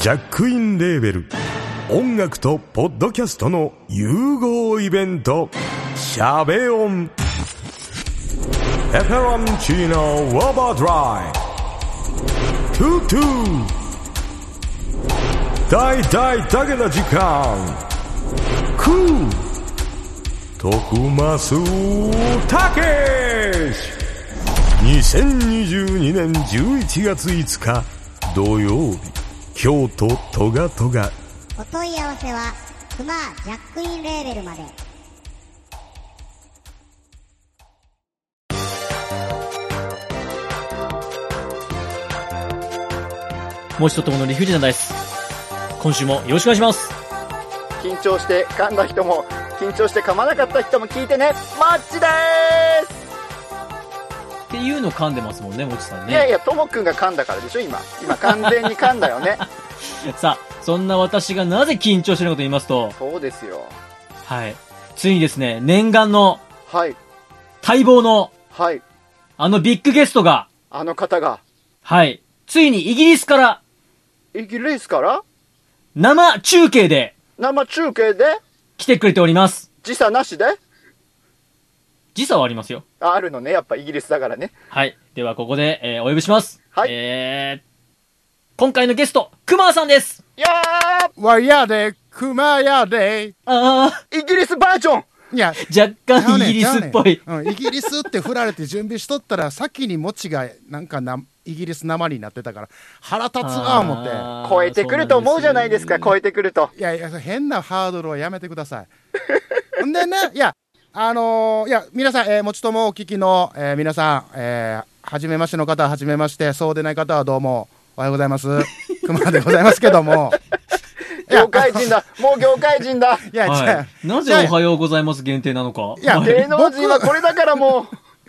ジャックインレーベル音楽とポッドキャストの融合イベント「シャベオン」「エフェロンチーノウォーバードライ」「トゥトゥ」「大大だけな時間」「クー」「徳マスたけし」2022年11月5日土曜日京都トガトガお問い合わせは、クマジャックインレーベルまで。もう一ともの理不尽なダイス。今週もよろしくお願いします。緊張して噛んだ人も緊張して噛まなかった人も聞いてねマッチでーす、っていうの噛んでますもんね、もちさんいやいね。やともくんが噛んだからでしょ今今完全に噛んだ よねさあ、そんな私がなぜ緊張してるのかと言いますと、そうですよはい。ついにですね、念願の、はい待望の、はいあのビッグゲストが、あの方がはい。ついにイギリスから、イギリスから生中継で生中継で来てくれております。時差なしで時差はありますよ。ああるのねやっぱイギリスだからねはい。では、ここで、えーお呼びします。はいえー、今回のゲスト、クマーさんです。いやわやで、くまやで。あーイギリスバージョンい や、ー、若干イギリスっぽいち。ゃうねんちゃうねんうんイギリスって振られて準備しとったら、先にもちが、なんかな、イギリスなまりになってたから、腹立つわ、思っあー超えてくると思うじゃないですかそうなん超えてくるとて。いやいや、変なハードルはやめてくだ さい。んでね、いや、あのーいや、皆さん、えーもちともお聞きの、えー皆さん、えー、はじめましての方ははじめまして、そうでない方はどうも、おはようございます。くまでございますけど も。いや業界 人だもう業界人だ いや、じゃはあい。なぜじゃあおはようございます限定なのかいやはい。芸能人はこれだからも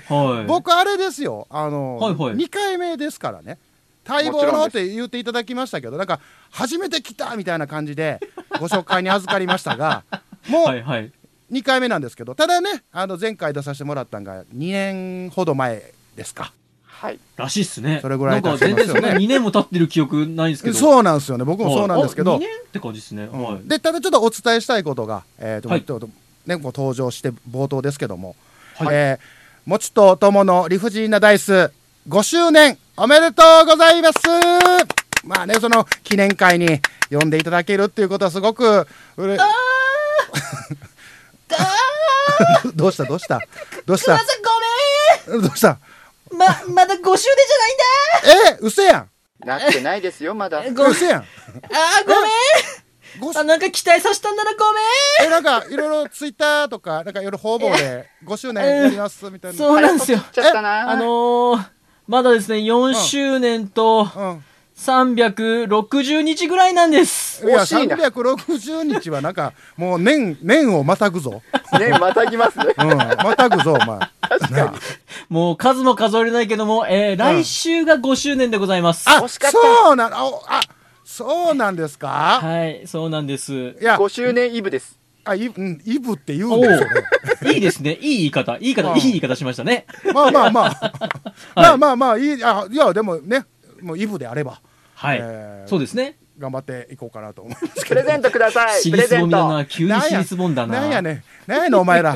うはい僕あれですよあの、はいはい2回目ですからね待もち望ろのんっでて言っていただきましたけどなんか初めて来たみたいな感じでご紹介に預かりまし たがもはいうはい。 2回目なんですけどただねあの前回出させてもらったのが2年ほど前ですかはいらしいっすね。それぐらいなんか全経然ちそまんすよねな2年も経ってる記憶ないんですけど。う。そうなんですよね僕もそうなんですけど、 2年って感じですね。はい。でただちょっとお伝えしたいことが、えーとはいちょっとね、こう登場して冒頭ですけども、はいえーもちとともの理不尽なダイス5周年おめでとうございますまあねその記念会に呼んでいただけるっていうことはすごくうれ どうしたどうしたどうしたどうしたごめんま、まだ5周年じえー、嘘やんなってないですよまだご嘘やんゃないんだあーごごめんあ、なんか期待させたんだなごえなんかいろいろツイッターとかなんかいろいろ方々で5周年やりますみたいめんな、そうなんですよ腹。立っちゃったなあのー、まだですね、4周年とうん360日ぐらいなんです。いや、惜しいな360日はなんか、もう年、年をまたぐぞ。ねまたぎますねうん、またぐぞ、お前。なあもう数も数えれないけども、えー、来週が5周年でございます。あ、惜しかったそうなの、あおあ、そうなんですかはい、そうなんですい。や、 5周年イブですあ、い、うん、イブって言うんですよね。いいですね。いい言い方。いい言い方、ういんい言い方しましたね。まあまあまあ。まあまあまあ、いい、あ、いや、でもね、もうイブであれば、はい。えーそうですね。頑張っていこうかなと思いますプけど。レゼントください。プ尻レすゼぼンみトだ。な。急になんや尻すぼんだな。なんやねん。なんやねん、お前ら。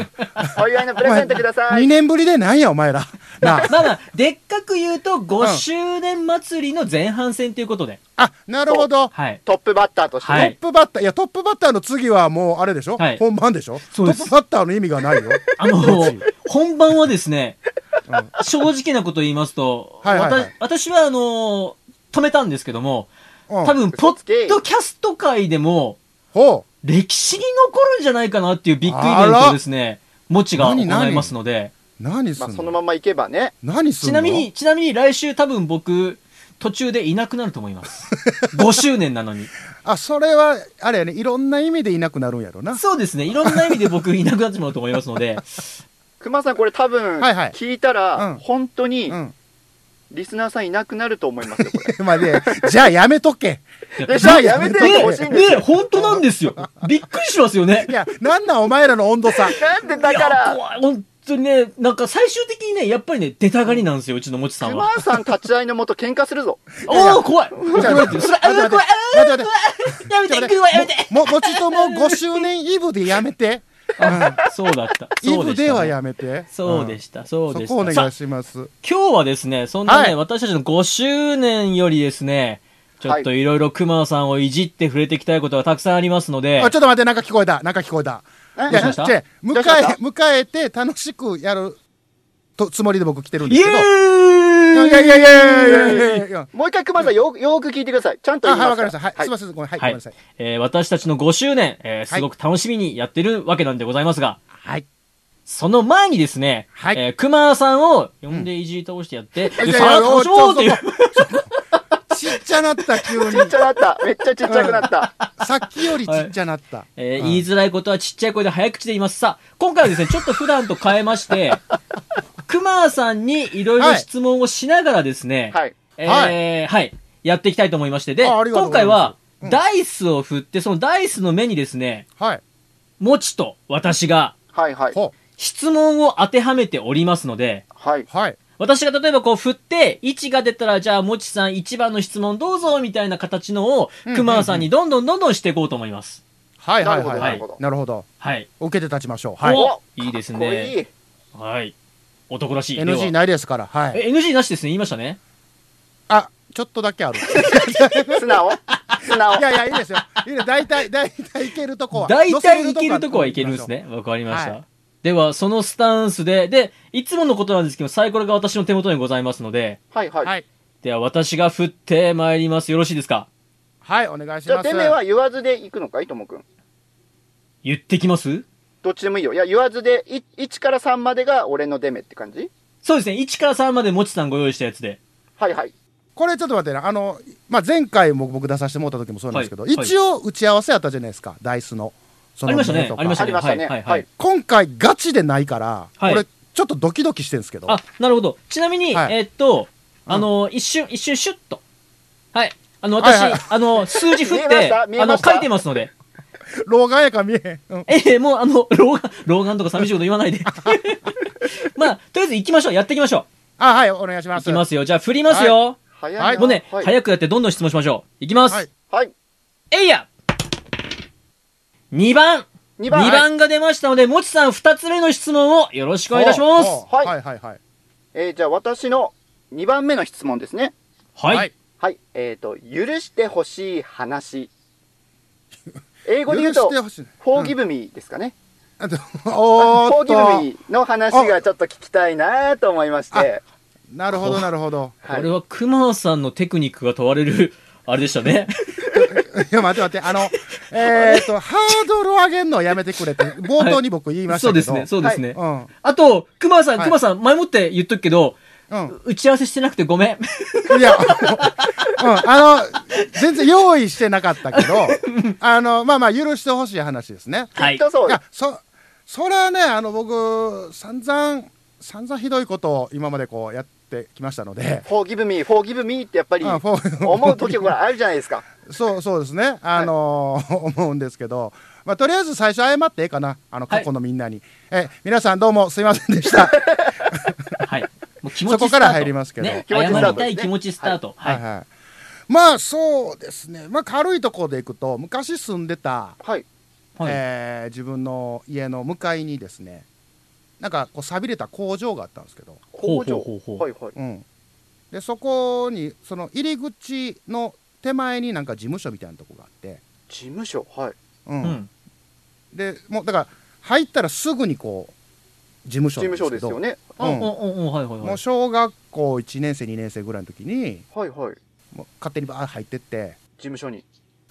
お祝いの プレゼントくださ2い。年ぶりでなんや、お前ら。なあ。まあまあ、でっかく言うと、5周年祭りの前半戦ということで。あ、なるほど。はい。トップバッターとしてね、はいトップバッター、いや、トップバッターの次はもうあれでしょ、はい本番でしょそうですトップバッターの意味がないよ。あの ー、本番はですね、うん正直なこと言いますと、はいはいはいわた私はあのー止めたんですけども、うん多分、ポ嘘つけッドキャスト界でも、ほう。歴史に残るんじゃないかなっていうビッグイベントをですね、もちが行いますので、何すまあ、んその、のままいけばね。何すちんのなみに、。ちなみに来週多分僕、途中でいなくなると思い ます。5周年なのに。あ、それは、あれやね、いろんな意味でいなくなるんやろな。そうですね。いろんな意味で僕いなくなってしまうと思いますの で、熊さん、これ多分、はいはい聞いたら、うん本当にう、ん。 リスナーさんいなくなると思いますよ、これ。まあね、じゃあやめとけ。 でしょやめてねほしいんですねよ。本当なんですよ。びっくりしますよね い。や、なんなんお前らの温度差。なんでだから、怖いほん当にね、なんか最終的にね、やっぱりね、出たがりなんですよ、うちのもちさんは。熊さん立ち会いのもと喧嘩するぞ。おお怖い怒られてるそれ、あ待ーって怖いあ待ーって待怖いやめて行ってくのはやめても、もちとも5周年イブでやめて。あそうだった。イ そうでしブたねではやめて。そうでした、そうそでした。こおさ願いあします。今日はですね、そんなね、はい私たちの5周年よりですね、ちょっといろいろ熊さんをいじって触れていきたいことがたくさんありますので、あ、ちょっと待って、なんか聞こえた。なんか聞こえた。えいや、どうしました違う迎どうしましたえ、迎えて楽しくやるとつもりで僕来てるんでイエすけど。ーイいやいやいやいやいやいやいや。もう一回熊さんよく、よーく聞いてください。ちゃんとあ、は言い、いますわかからりました。はい、すいません。ごめん、はい、ごはめんいなさい。。えー私たちの5周年、えーはいすごく楽しみにやってるわけなんでございますが、はい。その前にですね、はいえー、熊さんを呼んでいじり倒してやって、いで、やいさやら倒しようという、ちっちゃなっ た、急にち。っちゃなった。めっちゃちっちゃくなった。さっきよりちっちゃなった。えー言いづらいことはちっちゃい声で早口で言います。さあ、今回はですね、ちょっと普段と変えま して、熊さんにいろいろ質問をしながらですね、はい。えーはい、やっていきたいと思いまして、で、あありがと今うござい回まはす、ダイスを振って、そのダイスの目にですね、はい。もちと私がはいはい。ほ質問を当てはめておりますので、はい。う。はい。私が例えばこう振って、位置が出たら、じゃあ、もちさん1番の質問どうぞみたいな形のを、うんうん熊さんにどんどんどんどんしていこうと思います。はい、はなるい、ほどはないるほど。なるほど。はい。受けて立ちましょう。はい。おいいですかっこね。いい。はい。男らしい。で NG はないですから。はい。え NG なしですね、言いましたね。あ、ちょっとだけある。 素直。素直い。やいや、いいですよ。いいです。大体、大体いけるとこは。大体いけ乗せるとこはいけるんです。ね。わかりました。はいでは、そのスタンスで、で、いつものことなんですけど、サイコロが私の手元にございますので、はいはい。はい。では私が振ってまいります。よろしいですかはい、お願いしじゃまあ、す。てめえは言わずで行くのかいともくん。言ってきますどっちでもいいよ。いや、言わずで、い1から3までが俺のデメって感じそうですね、1から3までもちさんご用意したやつで。はいはい。これちょっと待ってね。あの、まあ、前回も僕出させてもらった時もそうなんですけど、はいはい一応打ち合わせあったじゃないですか。ダイスの。そのありましたねと、かありましたね。ありましたねはい、はい、ははいい。今回ガチでないから、はいこれちょっとドキドキしてるんですけど。あ、なるほど。ちなみに、はいえーっと、うんあの、一瞬、一瞬シュッと。はい。あの、私、はいはいあの、数字振っ、見えましてたあ見えまの、した書いてますので。老眼やから見えへん。うんええ、もうあの、老眼、老眼とか寂しいこと言わないで。まあ、とりあえず行きましょう。やっていきましょあ、はい、お願いしう。ま行す。きますよ。じゃあ振りますよ。早いはないもうね、はい。早くやってどんどん質問しましょう。行きます。はいはい。えいや !2 番2 2番。番が出ましたので、もちさん2つ目の質問をよろしくお願いいたします。は、はいいはい、はいはい。えーじゃあ私の2番目の質問ですね。はい。はい。えっ、と、許してほしい話。英語許で言うしとて、ほしい。フォーギブミーですかね。あとフ おーォーっギブミと。ーの話がちょっと聞きたいなと思いまして。なるほど、なるほど。 はこいれ。は熊さんのテクニックが問われる、あれでしたね。いや、待って待って、あの、えっ と、ハードル上げんのやめてくれって、冒頭に僕言いましそたうけでど。すね、そうですね。うん。あと、熊さん、はい熊さん、前もって言っとくけど、う打ち合わせしてなくてご めん。ん。いや、うん、あの、全然用意してなかったけ ど、あの、まあまあ、許してほしい話ですね。はきっい。とそういや、そ、そらね、あの、僕、散々、散々ひどいことを今までこうやってきましたので、 フォーギブミー、フォーギブミーってやっぱりあ forgive 思う時があるじゃないですか。そう、そうですね、あの 思うんですけど、まあ、とりあえず最初謝っていいかな、あの、はい過去のみんなに。え、皆さんどうもすいませんでした。はい。もう気持ちスタートそこから入りますけどね、気持ちスター謝トりたい気持ちスタート。はい。 はいはい。まあそうですね、まあ、軽いところでいくと昔住んでた、はい。はいえー自分の家の向かいにですねなんかこう錆びれた工場があったんですけど、ほうほ工う場ほうほう。はいはい。うん、でそこにその入り口の手前になんか事務所みたいなとこがあって、事務所はい。うんうん。でもうだから入ったらすぐにこう事務事所なん務で所ですけすどよね。ううんんうんうんうん、はいはいはも。いう小学校1年生2年生ぐらいの時にはいはい。事もう勝手にバーッ入ってって、務所に。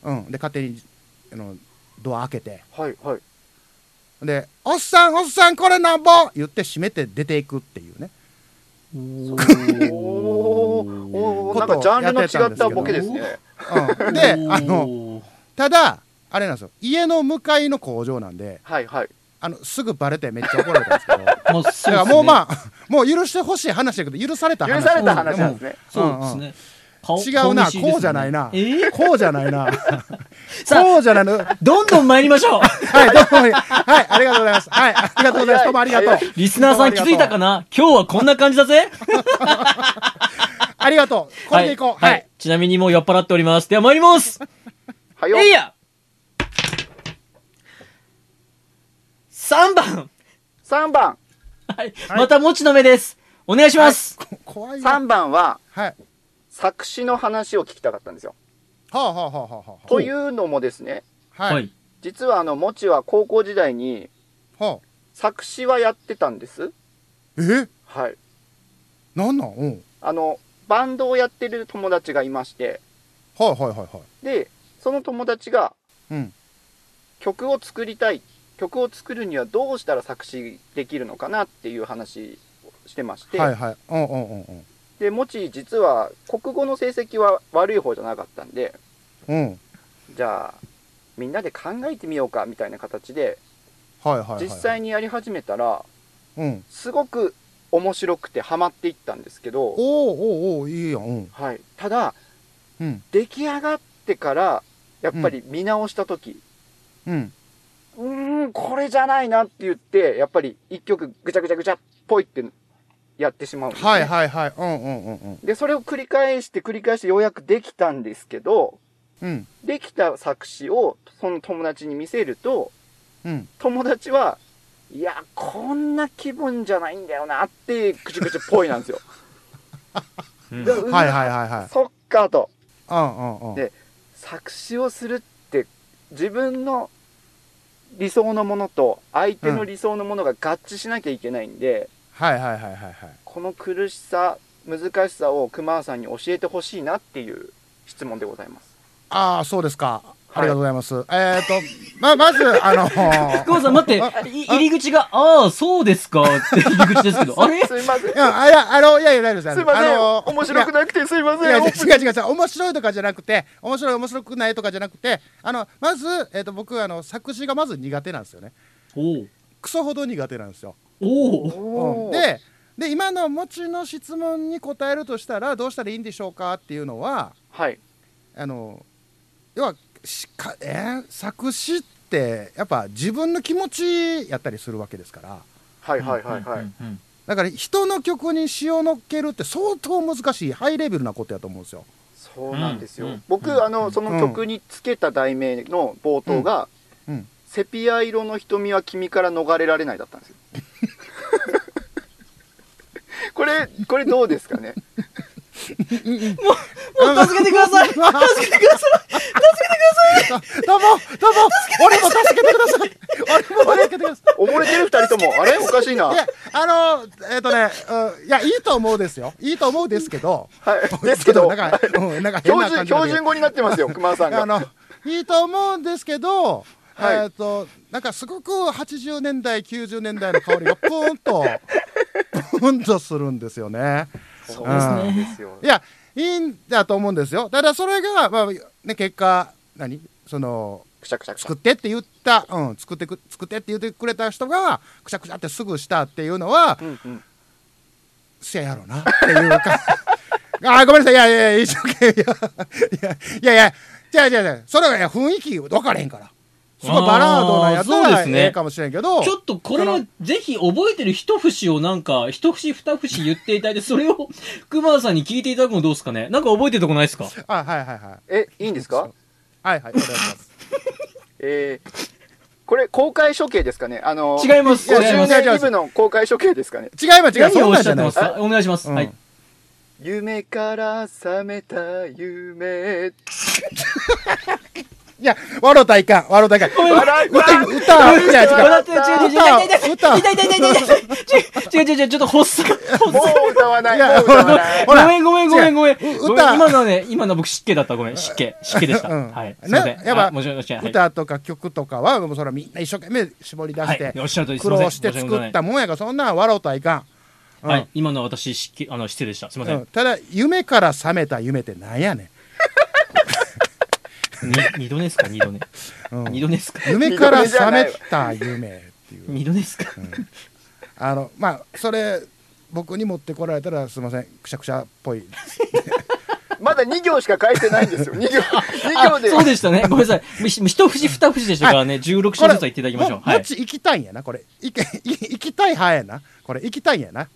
うん、で勝手にあのドア開けてはいはい。で、おっさん、おっさん、これなんぼ言って閉めて出ていくっていうね。おーおー、なんかジャンルの違ったボケですね。 うん、で、あの、おーただ、あれなんですよ。家の向かいの工場なんで、はいはい。あの、すぐバレてめっちゃ怒られたんですけど。だまあ、そかうでらすね。もうまあ、 もう許してほしい話だけど、許された許話。された話なんですね。そうですね。顔違うな、顔見知りですねこうじゃないなえーこうじゃないな。さあ、こうじゃないの。はい、どんどん参りましょうどうも、はい、ありがとうございます。はい、ありがとうございます。どうもありがとう。リスナーさん気づいたかな今日はこんな感じだぜありがとう。これでいこう。はい。ちなみにもう酔っ払っております。では参りますはいよ。えいや !3 番3番。はい。また、もちの目です。お願いします。こ怖いな。はい。 3番は、は作詞の話を聞きたかったんですよ。あ、はあはあはあはあはというのもですね、あ。はい。はい。実はあの、もちは高校時代にはあ。作詞はやってたんです。えはい。なんなんうん。あの、バンドをやってる友達がいまして、はいはいはいはい。で、その友達がうん。曲を作りたい。曲を作るにはどうしたら作詞できるのかなっていう話をしてまして、はいはい。うんうんうんうん。で、もち実は国語の成績は悪い方じゃなかったんで、うん。じゃあ、みんなで考えてみようかみたいな形で、はいはいはい。実際に。にやり始めたら、うん。すごく面白くてハマっていったんですけど、おーおーおーいいやん。うん。はい、ただ、うん。出来上がってから、やっぱり見直したとき、うん。うーん、これじゃないなって言って、やっぱり一曲ぐちゃぐちゃぐちゃっぽいってやってしまうんです、ね。はいはいはい。うんうんうんうん。で、それを繰り返して繰り返してようやくできたんですけど、うん。できた作詞をその友達に見せると、うん。友達は、いや、こんな気分じゃないんだよなって、くちゅくちゅっぽいなんです よ。でうはいはいはいはい。そっかと。うんうんうん。で作詞をするって自分の理想のものと相手の理想のものが合致しなきゃいけないんで、はいはいはいはいはい。この苦しさ難しさを熊さんに教えてほしいなっていう質問でございますああ、そうですか。ありがとうございます。えっ、ー、と、ま、まず、あのー 久保さん、待って、い入り口が、ああ、そうですかって入り口ですけど、あれすいませんいや、あいや、あの、いやいや、大丈夫です。すいません、あのー面白くなくてすいまいせやんいオやープ違う違う違う面白いとかじゃなくて面白い面白くないとかじゃなくてあのまず、えー、と僕あの作詞がまず苦手なんですよねおうクソほど苦手なんですよ、おううんおーでで今の持ちの質問に答えるとしたらどうしたらいいんでしょうかっていうのははいあの要はしか、えー作詞ってやっぱ自分の気持ちやったりするわけですからはいはいはいはい、うんうんだから人の曲に詞を乗っけるって相当難しいハイレベルなことやと思うんですよ。そうなんですよ、うん僕、あのその曲につけた題名の冒頭が、うんうんセピア色の瞳は君から逃れられない」だったんですよ これこれどうですかもねう助けてくだ さい助けてくださどうも、どうも、俺も助けてください。俺も助けてください。溺れてる2人ともあれおかしいないや、あの、えっ、とね、うんいや、いいと思うですよ。いいと思うですけど。はいですけどなんか、うんなんか標準変な感じだ標けど準語になってますよ熊さんあがの、いいと思うんですけど、はいえっ、と、なんかすごく80年代、90年代の香りがプーンと、 プーンとするんですよね。そうですねですよいや、いいんだと思うんですよ。ただ、それが、まあ、ね、結果、何その、くしゃくしゃくしゃ作ってって言った、うん、作ってく作ってって言ってくれた人がくしゃくしゃってすぐしたっていうのは、うんうんせやろなっていうか あーごめんなさいいやいやいや一生懸命いやいやいやいやいやいやいやそれがいや雰囲気分かれへんからすごいバラードなやつあーそうではすねええかもしれんけどいちょっとこれはぜひ覚えてる一節をなんか、一節二節言っていただいて、それを熊田さんに聞いていただくのどうですかねなんか覚えてるとこないですかあはいはいはいえいいんですかはいはいお願いしますえーこれ公開処刑ですかねあの違います。違や50い違うます。年イブの公開処刑ですかね違います違う何そをんおっなんしじゃってゃなまいですすかお願いします。うんはい。夢から覚めた夢いや笑うたらいかん笑うたらいかん笑い歌笑い歌は違う違う笑ってる違う違う違う痛歌い痛い痛い痛い痛い痛い痛い違う違う違うちょっと発作がもう歌わないいやもう歌わないほらごめんごめんごめんごめん。うごめん歌今のはね、今の僕湿気だった。ごめん。湿気。湿気でした。うんはい。すいねません。やっぱあ申し訳ないはい。歌とか曲とかはもうそれはみんな一生懸命絞り出しはていおっしゃる通り苦労してすいません作ったもんやがそんなん笑うたらいかん、うんはい。今のは私、湿気、あの、失礼でした。すいませうんん。ただ夢から覚めた夢ってなんやねに二度寝ですか二度寝。ん、うん二度寝ですか夢から覚めた夢っていう二度寝ですかあの まあそれ僕に持ってこられたらすいませんくしゃくしゃっぽい まだ2行しか書いてないんですよ。2行。2行あで。そうでした ね。ごめんなさい。みひ一節二節でしたからね、16章ずつは言っていただきましょう。もはもい。ち行きたいんやな、これ。行け、行きたい派やな。これ、行きたいんやな。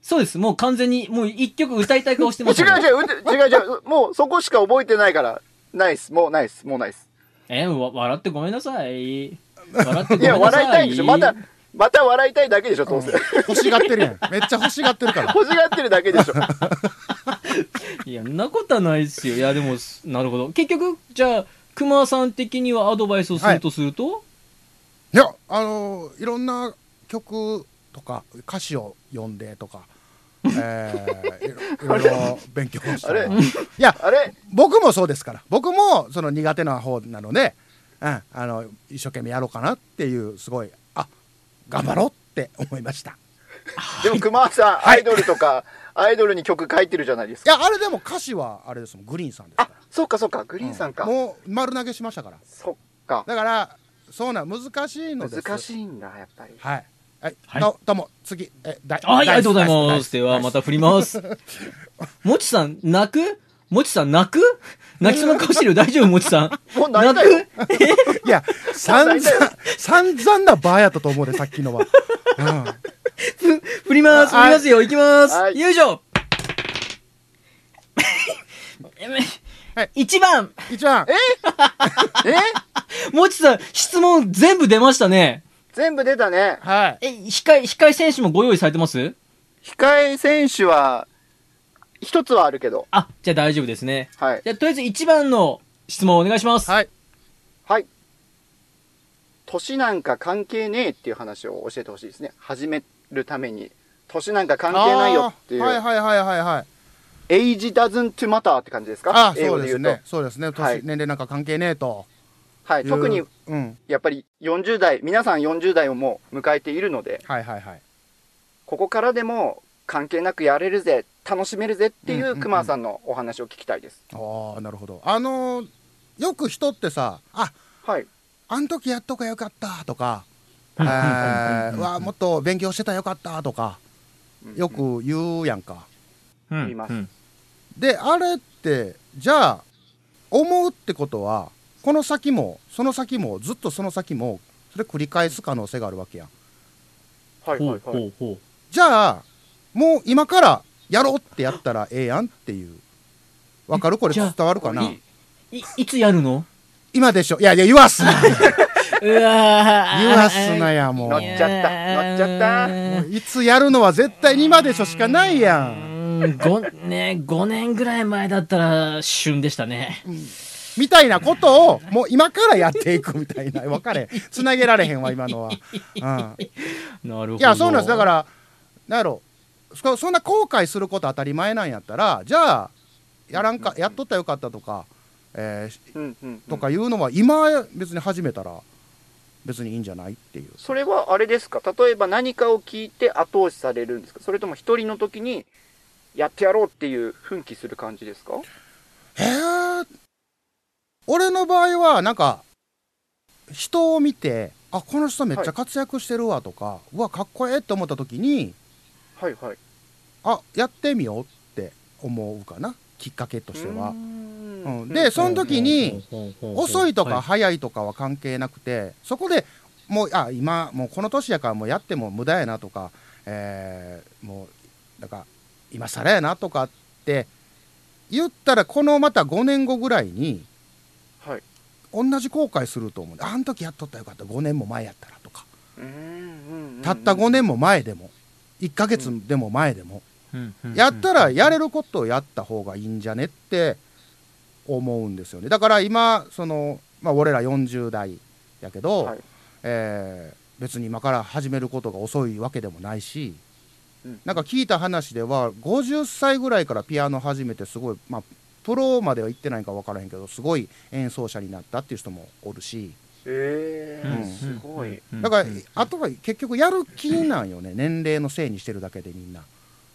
そうです。もう完全に、もう一曲歌いたい顔してもまうす違うよね。違う、う違う違う。もうそこしか覚えてないから。ないっす。もうないっす。もうないっす。えーわ笑ってごめんなさい。笑ってごめんなさい。いや、笑いたいんでしょ。また、また笑いたいだけでしょ、どうせ。欲しがってるやん。 めっちゃ欲しがってるから。欲しがってるだけでしょ。いや、そんなことはないですよ。いや、でも、すなるほど。結局、じゃあ、熊さん的にはアドバイスをするとすると、いや、あのーいろんな曲とか、歌詞を読んでとか、えー、いろいろいろ勉強したら。あいれや、あれ僕もそうですから僕もその苦手な方なので、うん、あの一生懸命やろうかなっていうすごいあ頑張ろうって思いましたでも熊さん、アイドルとか、アイドルに曲書いてるじゃないですいか。やあれでも歌詞はあれですもんグリーンさんですかあら、そっかそっか、グリーンさんか。もう丸投げしましたからそっか。だからそうなん難しいのです難しいいんだ、やっぱり。はいはい、はいどどうも次えだはい、ありがとうございダイまスす。では、ダイスまた振ります。もちさん、泣くもちさん、泣く泣きそうな顔してるよ。大丈夫もちさん。もう泣いたよ泣くえいや散大々丈散々な場やったと思うでさっきのは、うん、振ります。振はいりますよ。行きます。はいよいしょ。はい一番、一番えもちさん、質問全部出ましたね。全部出たね。はいえ、控え、控え選手もご用意されてます控え選手は、一つはあるけど。あ、じゃあ大丈夫ですね。はい。じゃあ、とりあえず一番の質問お願いします。はいはい。年なんか関係ねえっていう話を教えてほしいですね。始めるために。年なんか関係ないよっていう。あーはいはいはいはいはい age doesn't matter って感じですかあ英そ語うで言うですと。ね、そうですね、年はい年齢なんか関係ねえとはい。いう特に、うん、やっぱり40代、皆さん40代をもう迎えているので、はいはいはい、ここからでも関係なくやれるぜ、楽しめるぜってうんいうんううんクマさんのお話を聞きたいです。ああ、なるほど、あのーよく人ってさ、あはい。あの時やっとけばよかったとか、えー、うわもっと勉強してたらよかったとか、ようんく言うやんか、うん言いますうんで、あれって、じゃあ、思うってことは、この先も、その先も、ずっとその先も、それ繰り返す可能性があるわけやん。はいほはういほはい。うほう。じゃあもう今からやろうってやったらええやんっていうわかるこれじゃ伝あ、わるかないいいつやるの今でしょいやいや言わすなうわ言わすなやもう乗っちゃった乗っちゃったもういつやるのは絶対に今でしょしかないやうんん、ご、ね、5年ぐらい前だったら、旬でしたね。みたいなことをもう今からやっていくみたいな分かれつなげられへんわ今のは、うん、なるほど。いやそうなんですだか、らなんやろそそんな後悔すること当たり前なんやったらじゃあやらんかやっとったらよかったとか、えーうんうんうんとかいうのは今別に始めたら別にいいんじゃないっていうそれはあれですか例えば何かを聞いて後押しされるんですかそれとも一人の時にやってやろうっていう奮起する感じですかへえ俺の場合はなんか人を見てあこの人めっちゃ活躍してるわとか、うわかっこええって思った時にはいはい。あやってみようって思うかなきっかけとしてはうー。んうんでその時に遅いとかは早いとかは関係なくて、そこでもうあ今もうこの年やからもうやっても無駄やなとか、えーもうなんか今更やなとかって言ったらこのまた5年後ぐらいにはい。同じ後悔すると思うんであん時やっとったらよかった5年も前やったらとかうーんたった5。うんうん年も前でも1ヶ月でも前でも、いやったらやれることをやった方がいいんじゃねって思うんですよねだから今その、まあ、俺ら40代やけど、はいえー別に今から始めることが遅いわけでもないしうんなんか聞いた話では50歳ぐらいからピアノ始めてすごい、まあ、プロまでは行ってないか分からへんけどすごい演奏者になったっていう人もおるしえうー、んすごい。だから、あとは結局やる気なんよね年齢のせいにしてるだけでみんな。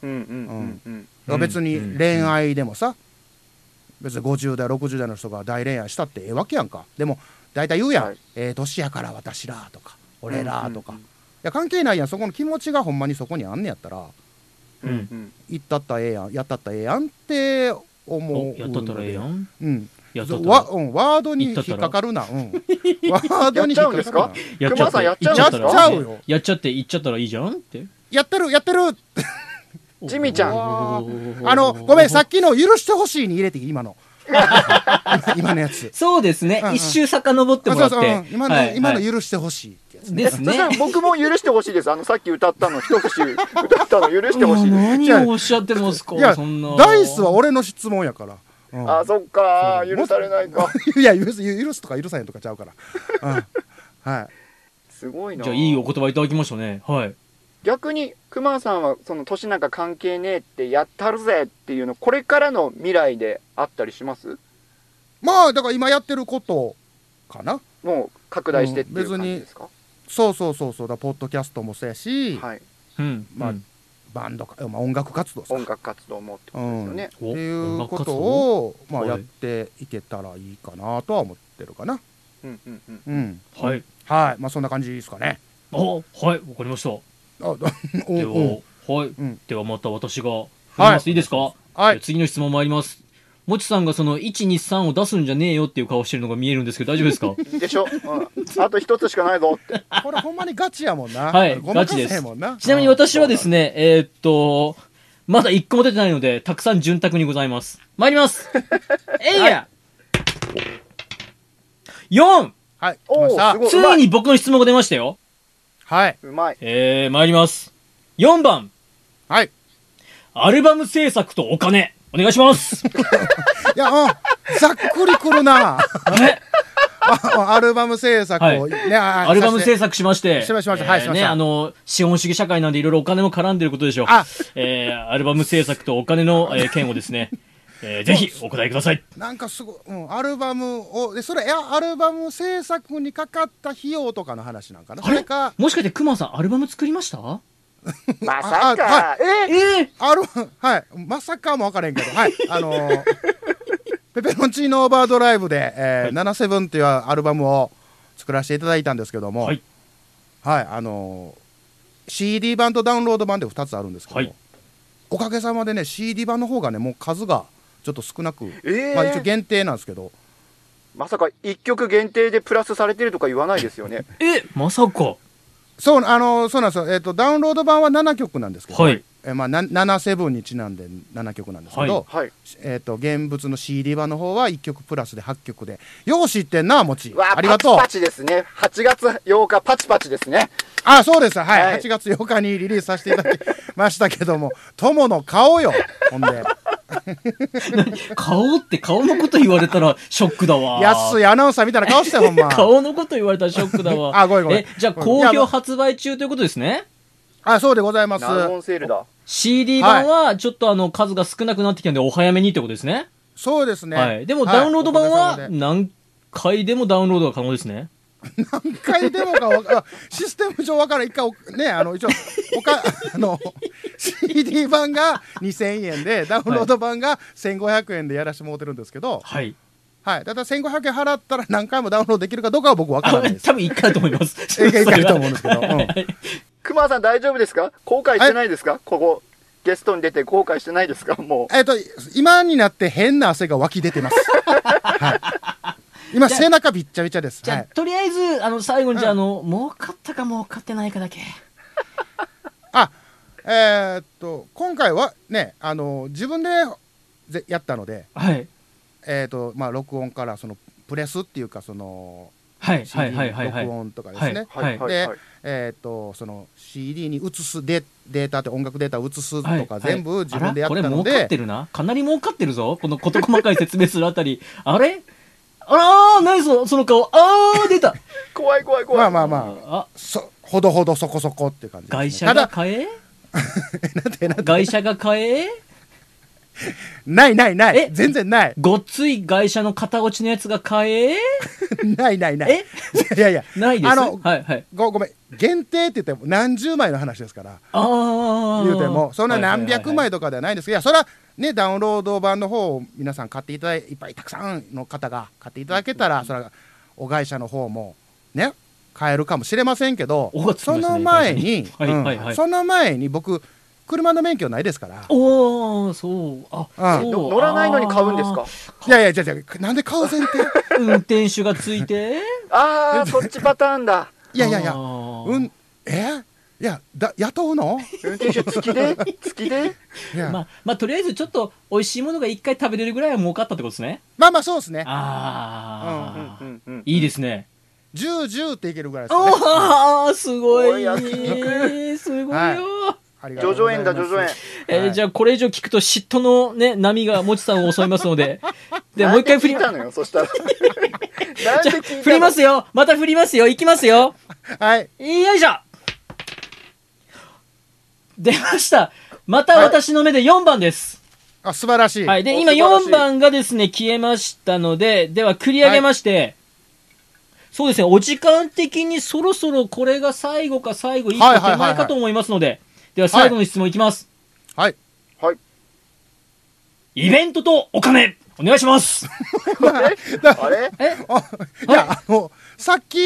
うんうんうんうん。だから別に恋愛でもさ別に50代60代の人が大恋愛したってええわけやんかでも大体言うやん、はいええ年やから私らとか俺らとか、うんうんうんいや関係ないやんそこの気持ちがほんまにそこにあんねやったらうんうん。行ったったらええやんやったったらええやんって思おうやったったらええやん。うんやったったらわ、うん、ワードに引っかかるな、うん、 ワードに引っかかるなやっ熊さんやっちゃうんですやかっちゃうよ。やっちゃって、言っちゃったらいいじゃんって。やってるやってるジミちゃんあのごめんさっきの「許してほしい」に入れていい 今の今のやつそうですねうんう。ん一周遡ってもらって。あそうそううん今の、はい今のはい許してほしいってやつですそねし。たら僕も許してほしいです。あの、さっき歌ったの、一節歌ったの許してほしいです。何をおっしゃってますいやかそんな。ダイスは俺の質問やから、うんあ、そっか、許されないか。 いや許す許すとか許さへんとかちゃうから、うんはいすごいな。じゃあ、いいお言葉いただきましたね。はい。逆に、熊さんは、その、年なんか関係ねえって、やったるぜっていうの、これからの未来であったりしますまあだから今やってることかなもう、拡大してっていう感じですか、そうそうそうそうだポッドキャストもそうやし、はい。うん。まあうんバンドか、まあ、音楽活動音楽活動もってことですよね。うん、おっていうことを、まあ、はいやっていけたらいいかなとは思ってるかなうんうんうん。うんはい。はいまあそんな感じですかねあ、はい。わかりました。あおではお、はいん。では、また私が振ります。いいですかはじゃあい次の質問参ります。もちさんがその、1、2、3を出すんじゃねえよっていう顔してるのが見えるんですけど、大丈夫ですかでしょ、うん、あと一つしかないぞって。これほんまにガチやもんなはいごまかせへんもんなちなみに私はですね、えーっと、まだ1個も出てないので、たくさん潤沢にございます。参りますえいや、!4! はい来おまお、しすたごい。つうまいい。に僕の質問が出ましたよ。はい。うまい。えー、参ります。4番、はい。アルバム制作とお金、お願いします。いや、うん。ざっくりくるな。あれあアルバム制作を、ね、あアルバム制作。作しまして。しましたしましたはいえーしましね、たあの、資本主義社会なんでいろいろお金も絡んでることでしょう。あえーアルバム制作とお金の、えー件をですね、 えーぜひお答えください。なんかすごい、うん、アルバムを、で、それ、いや、アルバム制作にかかった費用とかの話なんかな。あそれれか、もしかしてクマさんアルバム作りましたまさ あか。えええある、はい。まさかもわからへんけど、はい。あ のーペペロンチーノオーバードライブで、えー、77っていうアルバムを作らせていただいたんですけども、ははいい。あのー CD 版とダウンロード版で2つあるんですけど、はいおかげさまでね、CD 版の方がね、もう数がちょっと少なく、えまあ一応限定なんですけど、まさか一曲限定でプラスされてるとか言わないですよ ね。えまさか。そう、あのーそうなんですよ。えっ、と、ダウンロード版は7曲なんですけど、はい。えーまあ、な77にちなんで7曲なんですけど、はいはい。えー、と現物の CD 版の方は1曲プラスで8曲でよう知ってんなもちわあありがとうパチパチですね。8月8日、パチパチですね。あそうですはい、はい8月8日にリリースさせていただきましたけども友の顔よほ んで顔って顔のこと言われたら ショックだわ。安い。いアナウンサーみたいな顔してほ ん ま顔のこと言われたらショックだわ。 あごめんごめんえ、じゃあごめんい好や評発売中ということですね。あそうでございますナゴンセールだ。 CD 版はちょっとあの数が少なくなってきたんでお早めにってことですね。そうですね、はい。でも、ダウンロード版おかげはさまで何回でもダウンロードが可能ですね。一回でもかわかシステム上わからん一回おねあの一応おか あの CD 版が2000円でダウンロード版が1500円でやらしてもらってるんですけど、はい。はい、ただ1500円払ったら何回もダウンロードできるかどうかは僕分かあ、らないです。多分一回だと思います。 一回一回だそとれは思うんですけど、うん熊さん大丈夫ですか後悔してないですかここ、ゲストに出て後悔してないですかもえっと今になって変な汗が湧き出 てます。はい、今背中びっちゃびちゃです。じゃはあ、い、とりあえず、あの、最後に、じゃあ、あの、儲かったか儲かってないかだけ。あえーっと今回はねあの自分でぜやったので、はい。えーっとまあ、録音からそのプレスっていうかそのはい、はい、 CD はい、のはい。録はい音とかですね。う。はいで、えーっとその CD に移すデデータって音楽データを移すはい。とか全部自分でやっあたらこれの儲かっでて、るな。かなり儲かってるぞ。この事細かい説明するあた り。あれあらー、何その、その顔。あー、出た。怖い怖い怖い。まあま あまあ、あ、そほどほどそこそこって感じですね、外車たがだ 買えなんてなんて外車が買えないないなえい全然ない ごっつい外車の片落ちのやつが買えないないないえいやいやないです。あの、はい、はい。ごごめん限定って言っても何十枚の話ですからああ。言うてもそんな何百枚ととかではないんですけど、いやそれはねダウンロード版の方を皆さん買っていただいいっぱいたくさんの方が買っていただけたら、それはお会社の方もね買えるかもしれませんけど、おがつきましそたねの前に、はいはいはいうんその前に僕車の免許ないですから。おー、そう。あ、あそうの乗らないのに買うんですかいやいや、じゃじゃなんで買う前 提あー運転手がついてああー、そっちパターンだ。 いやいやいやあ、ーうん、えいや、だ雇 うの運転手付きで付きでいやまあ、まあ、とりあえずちょっと美味しいものが一回食べれるぐらいは儲かったってことですね。まあまあ、そうですね。うあんあ、うんうん。いいですね。 10、10っていけるぐらいですかね。おお、すごおい。すい焼ごい肉よ。はいありがとう叙ご々苑ざいまだ、叙々す苑。えーはいじゃあ、これ以上聞くと嫉妬のね、波がもちさんを襲いますので。で、なんもう一回振 り、聞いたのよ、そしたら。なんで聞いた の振りますよまた振りますよ行きますよはい。よいしょ出ましたまた私の目で4番です。あ、素晴らしい。はい。で、今お素晴らしい4番がですね、消えましたので、では繰り上げまして、そうですね、お時間的にそろそろこれが最後か最後、一はいはい個は手いはい前かと思いますので、では最後の質問いきます。はい。はい。イベントとお金、お願いします。あれえあ いや、あの、さっき、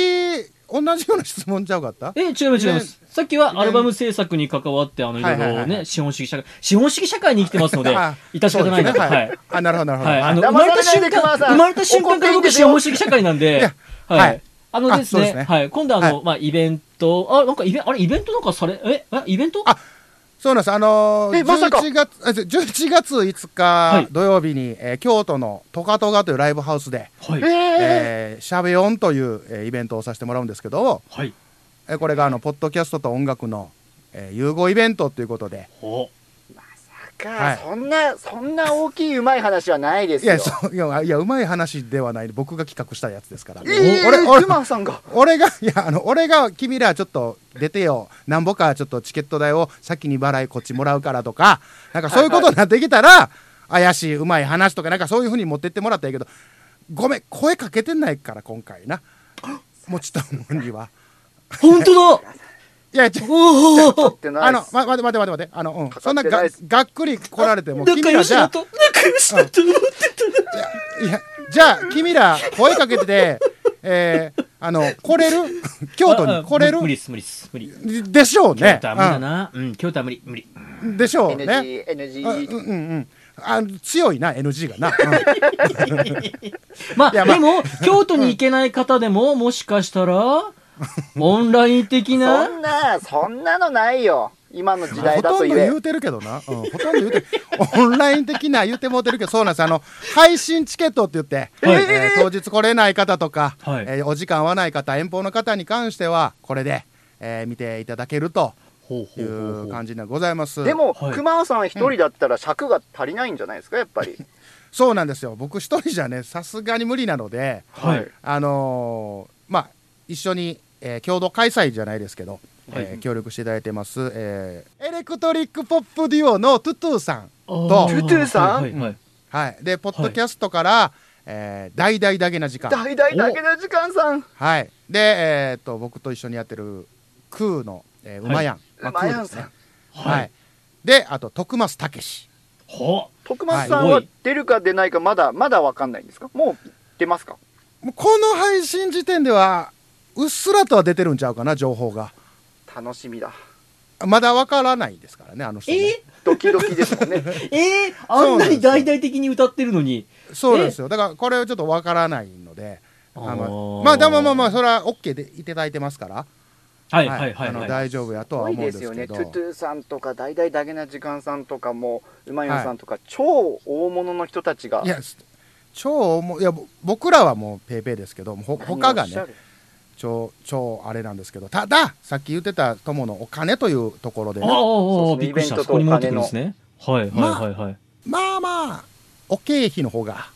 同じような質問ちゃうかったえ、違います、違います。さっきはアルバム制作に関わって、あの、いろいはいはろいはいはね、資本主義社会、資本主義社会に生きてますのであ、致し方ないんそでうですねはい。あ、なるほど、なるほど。はい、あの、生騙まれさたれな瞬いで間、熊さん生まれた瞬間から怒っていいん僕、です資よ本主義社会なんいでや、ははいい。あのですあそうでねす、ねはい。今度あはの、まあ、イベント、あ、なんかイベント、あれ、イベントなんかされ、え、えイベントあそうなんです。あのー、えまさか11月、あじゃ11月5はい日土曜日に、えー京都のトカトガというライブハウスで、はい。ええー、シャベオンという、えーイベントをさせてもらうんですけど、はい。えーこれがあの、ポッドキャストと音楽の、えー融合イベントということで、おーはいか、そんな、そんな大きいうまい話はないですいよや、。そう、いや、いや、うまい話ではない、僕が企画したやつですから。えー俺、俺、熊さんが。俺が、いや、あの、俺が、君らちょっと出てよ、なんぼかちょっとチケット代を先に払いこっちもらうからとか、なんかそういうことになってきたら、怪しい、うまい話とか、なんかそういうふうに持ってってもらったらいいけど、ごめん、声かけてないから、今回な。もちともには。本当だいや、ちょ、おーってなあいでの、すま、待て待て待て待て、あの、うん、かそんなかかってないでがすがっくり来られても、君仲ら良しじゃだあ、と、仲良しだと思っていや、じゃあ、君ら、声かけてて、えー、あの、来 れる京都た。あに来れる無理です、無理です、無理。でしょう京ね。都は無理だな。うん、京都は無理、無理。うんでしょうね。 NG、NG あうんうんうん。あ強いな、NG がな。 うんまあ、いやまあでも、京都に行けない方でも、もしかしたら、オンライン的なそ、んな、そんなのないよ。今の時代ほだととんど言え言。うてるけどな。うんほとんど言うてる。オンライン的な言うてもうてるけど、そうなんです。あの、配信チケットって言って、はいえー当日来れない方とか、はいえーお時間合わない方、遠方の方に関しては、これで、えー見ていただけるとほうほいうほううほう感じでございます。でも、はい熊尾さん一人だったら尺が足りないんじゃないですか、やっぱり。そうなんですよ。僕一人じゃね、さすがに無理なので、はい。あのーまあ、一緒に、えー共同開催じゃないですけど、はいえー協力していただいてます、えーエレクトリックポップデュオのトゥトゥさんあとー、トゥトゥさんはいはいはいはい、でポッドキャストから、えー大々だけな時間、大々だけの時間さん。はい、で、えー、と僕と一緒にやってるクーの、えー、うまやん、うクまーやでんすさねん。、はいはい。であと徳増たけしは徳松さんははい出るか出ないかまだ、まだわかんないんですかもう出ますかもうこの配信時点ではうっすらとは出てるんちゃうかな情報が楽しみだ。まだわからないですからねあの人、えね、ドキドキですもんね。 ー、えー、あんなに大々的に歌ってるのに。そうなんですよ。だからこれはちょっとわからないので、ああのーまあでもまあまあそれはオッケーでいただいてますから、はいはいはあいのはい。大丈夫やとは多思ういんでですすよけね。ど。トゥトゥさんとか、大々だけな時間さんとかも、うまやんさんとか、超大物の人たちが。いや超重いいやぼ僕らはもうペイペイですけど、ほ他何をおがっしゃねる超超あれなんですけど、たださっき言ってた友のお金というところでああ、ああね、ああ、そうびっくりした。イそベントとこおに戻金のってくるんですね。はいはいはいはい。まあまあお経費の方が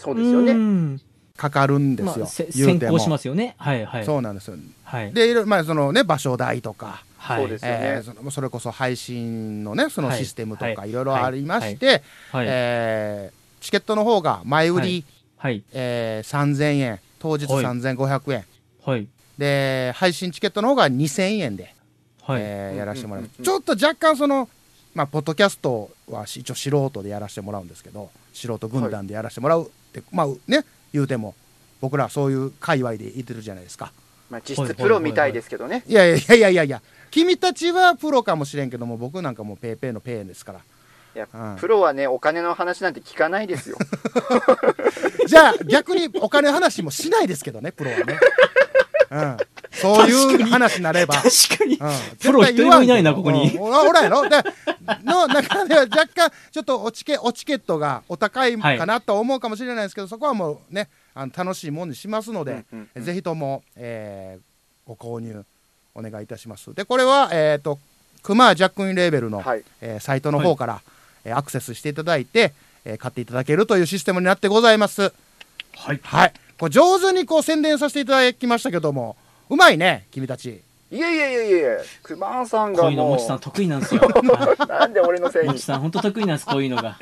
そうですようね。んかかるんでますよ。あ、せ言う先て行もしますよね。はいはい。そうなんですよ。はい。でいろいろまあそのね場所代とか。はい、そうですよねえーそのそれこそ配信のねそのはいシステムとかはいいろいろありまして、はい。えーチケットの方が前売り、はいはい。えー3000円当日はい3500円、はい。で配信チケットの方が2000円で、はい。えーやらせてもらう,、うんうんうんちょっと若干そのまあポッドキャストはし一応素人でやらせてもらうんですけど素人軍団でやらせてもらうって、まあね言うても僕らはそういう界隈でいてるじゃないですかまあ、実質プロみたいですけどね。いやいやいやいやいや、君たちはプロかもしれんけども、僕なんかもうペーペーのペーですから。いやうん、プロはね、お金の話なんて聞かないです よ。じゃあ逆にお金の話もしないですけどね、プロはね。うん。そういう話になれば。確かに。うんプロ一人もいないな、ここ絶対言わんけにど。うんおおらやろでの中では若干、ちょっとおチケおチケットがお高いかなと思うかもしれないですけど、そこはもうね、あの楽しいもんにしますので、うんうんうんぜひとも、えーご購入お願いいたします。で、これは、えっ、と、クマジャックインレーベルの、はい。えーサイトの方から、えーアクセスしていただいて、えー買っていただけるというシステムになってございます。はい。はい。こう上手にこう宣伝させていただきましたけども、うまいね、君たち。いやいやいやいやクマさんこがういうの、ももちさんう、得意なん ですよ。はなんで俺のせいいにもち。さん、本当得意なんです、こういうのが。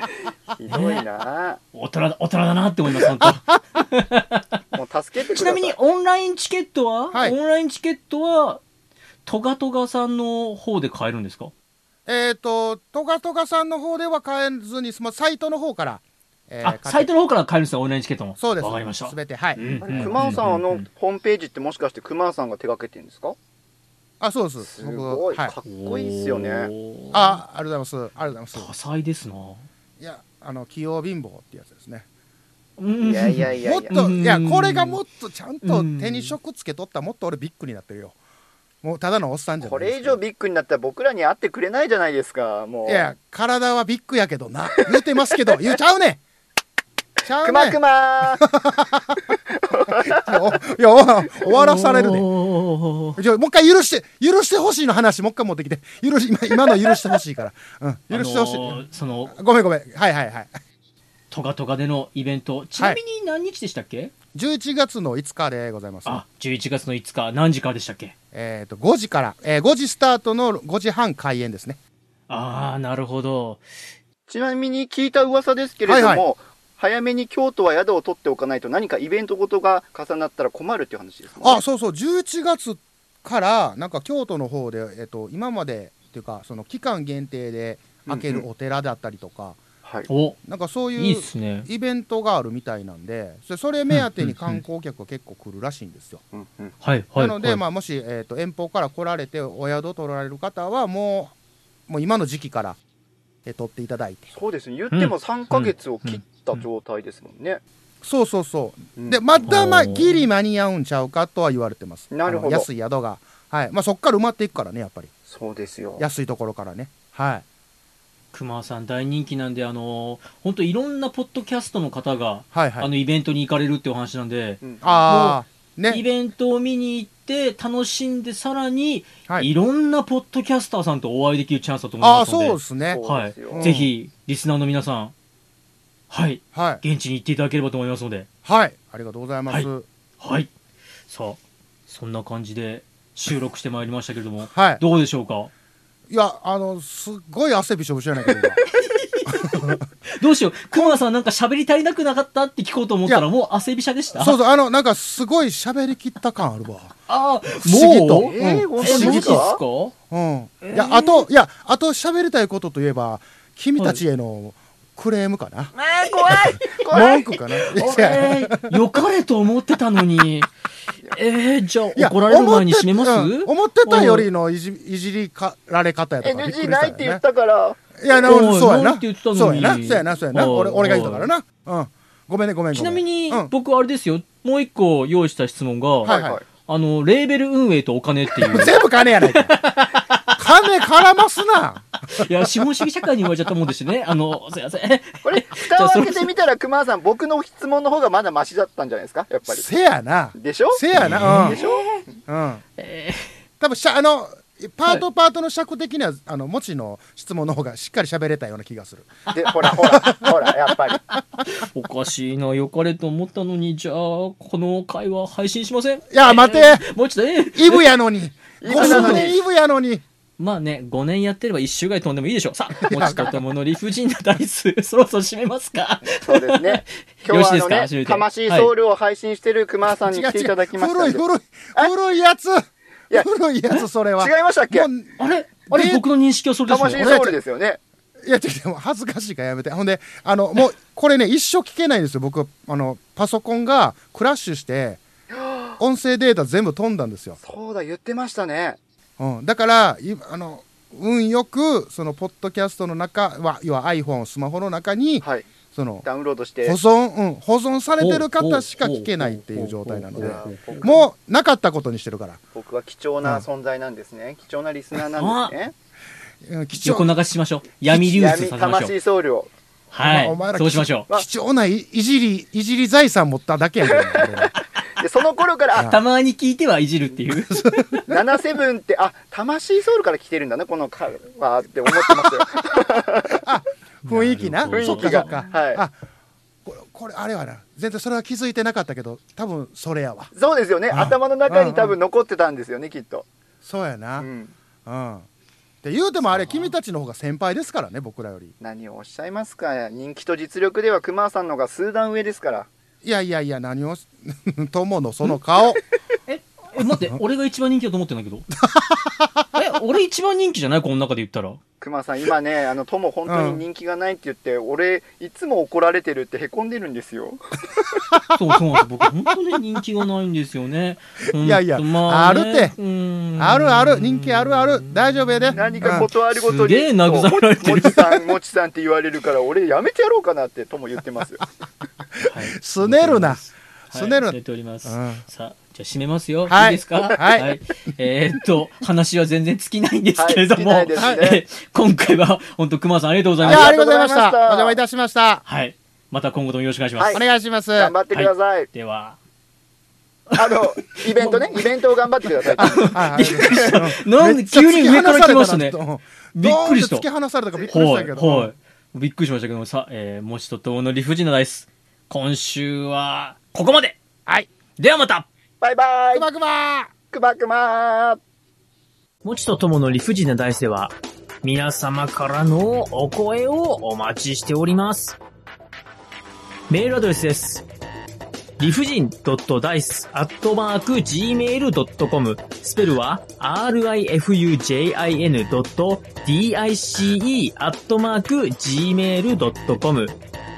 ひどいな大人だ、大人だなって思います、本当。もう助け てください。ちなみに、オンラインチケットは、はいオンラインチケットは、トガトガさんの方で買えるんですかえっ、と、トガトガさんの方では買えずに、そのサイトの方から、えー買っあ、てサイトの方から買えるんですよ、オンラインチケットも。そうです。わかりました。すべて、はい。うんあれ熊尾さんあのホームページってもしかして熊尾さんが手掛けてるんですかあ、そうです。す僕ごいはかいっ。こいいですよね。おーあ、ありがとうございます。ありがとうございま多彩ですな。す。いや、あの、器用貧乏ってやつですね。うんいやいやいやもいっや。と、うんいや、これがもっとちゃんとうん手に職つけとったらもっと俺ビッグになってるよ。もうただのおっさんじゃなこいですれ以上いビッグになったら僕らに会ってくれないじゃないですか。もう。や、体はビッグやけどな。言うてますけど、言うちゃうねんちゃうねん熊熊おいや、お終わらされるで。おーじゃあもう一回許して、許してほしいの話、もう一回持ってきて。許し、今今の許してほしいから。うん、許してほしい。あのーその、ごめんごめん。はいはいはい。トガトガでのイベント、ちなみに何日でしたっけ、 11月の5日でございます。あ、11月の5日、何時からでしたっけえっ、と、5時から、えー5時スタートの5時半開演ですね。ああ、なるほど。 ちなみに聞いた噂ですけれども、はいは早めに京都は宿を取っておかないと何かイベントごとが重なったら困るっていう話ですもんねあ、そうそう、11月から、なんか京都の方で、えっ、と、今まで、っていうか、その期間限定で開けうんるお寺だったりとか、はい。お、なんかそういいいっうすね。イベントがあるみたいなんで、そそれ目当てに観光客が結構来るらしいんですよ。うんうんはい、はい。なので、まあ、もし、えー、と遠方から来られてお宿取られる方はもうもう今の時期から、えー取っていただいてそうですね。言っても3ヶ月を切った状態ですもんね。そうそうそう、うんでまた、まあ、おーギリ間に合うんちゃうかとは言われてますなるほどあの安い宿が、はいまあ、そこから埋まっていくからねやっぱりそうですよ。安いところからねはい熊さん大人気なんで、あの本当いろんなポッドキャストの方が、はいはいあのイベントに行かれるってお話なんで、うんああイねベントを見に行って楽しんで、さらに、、はいいろんなポッドキャスターさんとお会いできるチャンスだと思いああますので、そうですねそうはい、ですようんぜひリスナーの皆さん、はい、はい現地に行っていただければと思いますので、はいありがとうございますはい、はい、さあそんな感じで収録してまいりましたけれども、い、どうでしょうか。やあのすっごい汗びしょびしょやないけど今どうしよう、熊さんなんか喋り足りなくなかったって聞こうと思ったいら、もう汗びしゃで した。そうそうあのなんかすごい喋りきった感あるわああ、不思議ともううんえー、本え、マジで当ですすかかうん。いや、あと、いや、あと喋りたいことといえば、君たちへのクレームかな。えー 怖い怖い文句かな。いやえー、よかれと思ってたの に。えー、じゃいやあ怒られる前に閉めます思ってうん思ってたよりのいじいじりかられ方やったからびっく NG りしなたいよって言っね。たから、いや、なおいそうやなな。んて言ってたのにそうやな、そうやな、そうやな。おい俺、俺が言ったからな。うん。ごめんね、ごめん、ごめん。ちなみにうん、僕あれですよ、もう一個用意した質問が、はいはいあの、レーベル運営とお金ってい う、全部金やな いか。金絡ますな。いや、資本主義社会に言われちゃったもんでしてね、あの、すいません。これ、蓋を開けてみたら、熊さん、僕の質問の方がまだマシだったんじゃないですか、やっぱり。せやな。でしょせやな。うんで。しょうん。え多分しゃあのパートパートの尺的には、あのもちの質問の方がしっかり喋れたような気がするで、ほらほら、ほら、やっぱり。ーおかしいな、よかれと思ったのに、じゃあ、この会話配信しません。いや待てえーもうちょっと、えーイブやのにブ5なのに周年イブやのにまあね、5年やってれば1週ぐらい飛んでもいいでしょう。さあ、もちとともの理不尽な台数、 そろそろ締めますか。そうですね。今 よろし日いですかはあの終了ね、魂ソウルを配信してる熊さんに来ていただきました古んいで。古い古いやつや古いやつそれは違いましたっけもうあれあれ、ね僕の認識はそれです魂よ。ソウルですよね。いや違う違う恥ずかしいからやめてほんであの もうこれね一生聞けないんですよ僕あのパソコンがクラッシュして音声データ全部飛んだんですよ。そうだ、言ってましたね。うん、だから、いあの、運よく、その、ポッドキャストの中は、要は iPhone、スマホの中に、はい。その、ダウンロードし保て。存、うん、保存されてる方しか聞けないっていう状態なのいで、や僕もう、なかったことにしてるから。僕は貴重な存在なんですね。貴重なリスナーなんですね。うん貴重横流ししましょう。闇流出さ闇せましょう。魂僧侶。はお前い。らそうしましょう。貴重ないいじり、いじり財産持っただけやけ どな俺らで、その頃から、あたまに聞いてはいじるっていう。 77って、あ、魂ソウルから来てるんだな、このカはって思ってますよ。 雰囲気な。なるほどそっかそっ雰囲か気。がはいあこれ、これ、あれはな。全然それは気づいてなかったけど、多分それやわ。そうですよね。あ頭の中に多分残ってたんですよね、きっと。そうやな。ううん。ん。って言うてもあれ、君たちの方が先輩ですからね、僕らより。何をおっしゃいますか。人気と実力では熊さんの方が数段上ですから。いやいやいや、何をし、 友のその顔。え、え待って、俺が一番人気だと思ってんだけど。え、俺一番人気じゃないこの中で言ったら。熊さん、今 ね、あの、友本当に人気がないって言って、俺、いつも怒られてるって凹んでるんですよ。そうそうなんです。僕、本当に人気がないんですよね。いやいやほんとまあね、あるてうんあるある、人気あるある、大丈夫やで。何か断るごとすに、げえ慰められてるもちさん、もちさんって言われるから、俺やめてやろうかなってとも言ってますよ。 はいすねるなはいすねるな出ております。うんさあ、じゃあ締めますよ。はいい、いですかはいえーっと、話は全然尽きないんですけれども、はい尽きないですえねー今回は、本当熊さんありがとうございうんいましや、た。ありがとうございました。ありがとうございましたお邪魔いたしました。はい。また今後ともよろしくお願いします。はいお願いします。頑張ってください。では、あの、イベントね、イベントを頑張ってく ださい。はいびっくりしたうん なんめっでちゃ急に上から来ました突ねき放。されなびっくりしたドーン突き放されたからびっくりしはたい、けど。はい。びっくりしましたけども、さ、えー、もちととの理不尽なダイス。今週は、ここまではい。ではまたバイバイくまくまくまくまもちとともの理不尽な大世は、皆様からのお声をお待ちしております。メールアドレスです。理不尽 .dice.gmail.com スペルは rifujin.dice.gmail.com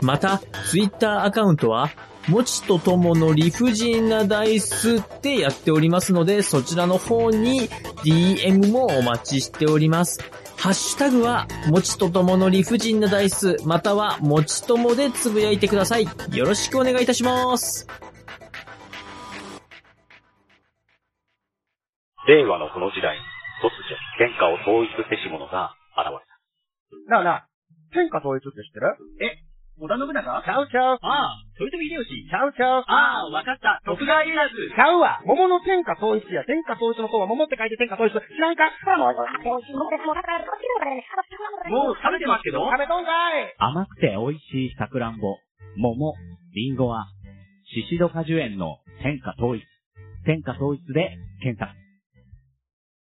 また、ツイッターアカウントは、もちとともの理不尽なダイスってやっておりますので、そちらの方に DM もお待ちしております。ハッシュタグは、もちとともの理不尽なダイス、または、もちともでつぶやいてください。よろしくお願いいたします。令和のこの時代、突如、天下を統一せし者が現れた。なあなあ、天下統一って知ってるえ、織田信長ちゃうちゃう。ああ、豊臣秀吉。ちゃうちゃう。ああ、わかった。徳川家康。ちゃうわ。桃の天下統一や。天下統一の方は桃って書いて天下統一。知らんかもう食べてますけど食べとんかい甘くて美味しいさくらんぼ、桃、りんごは、シシド果樹園の天下統一。天下統一で検索。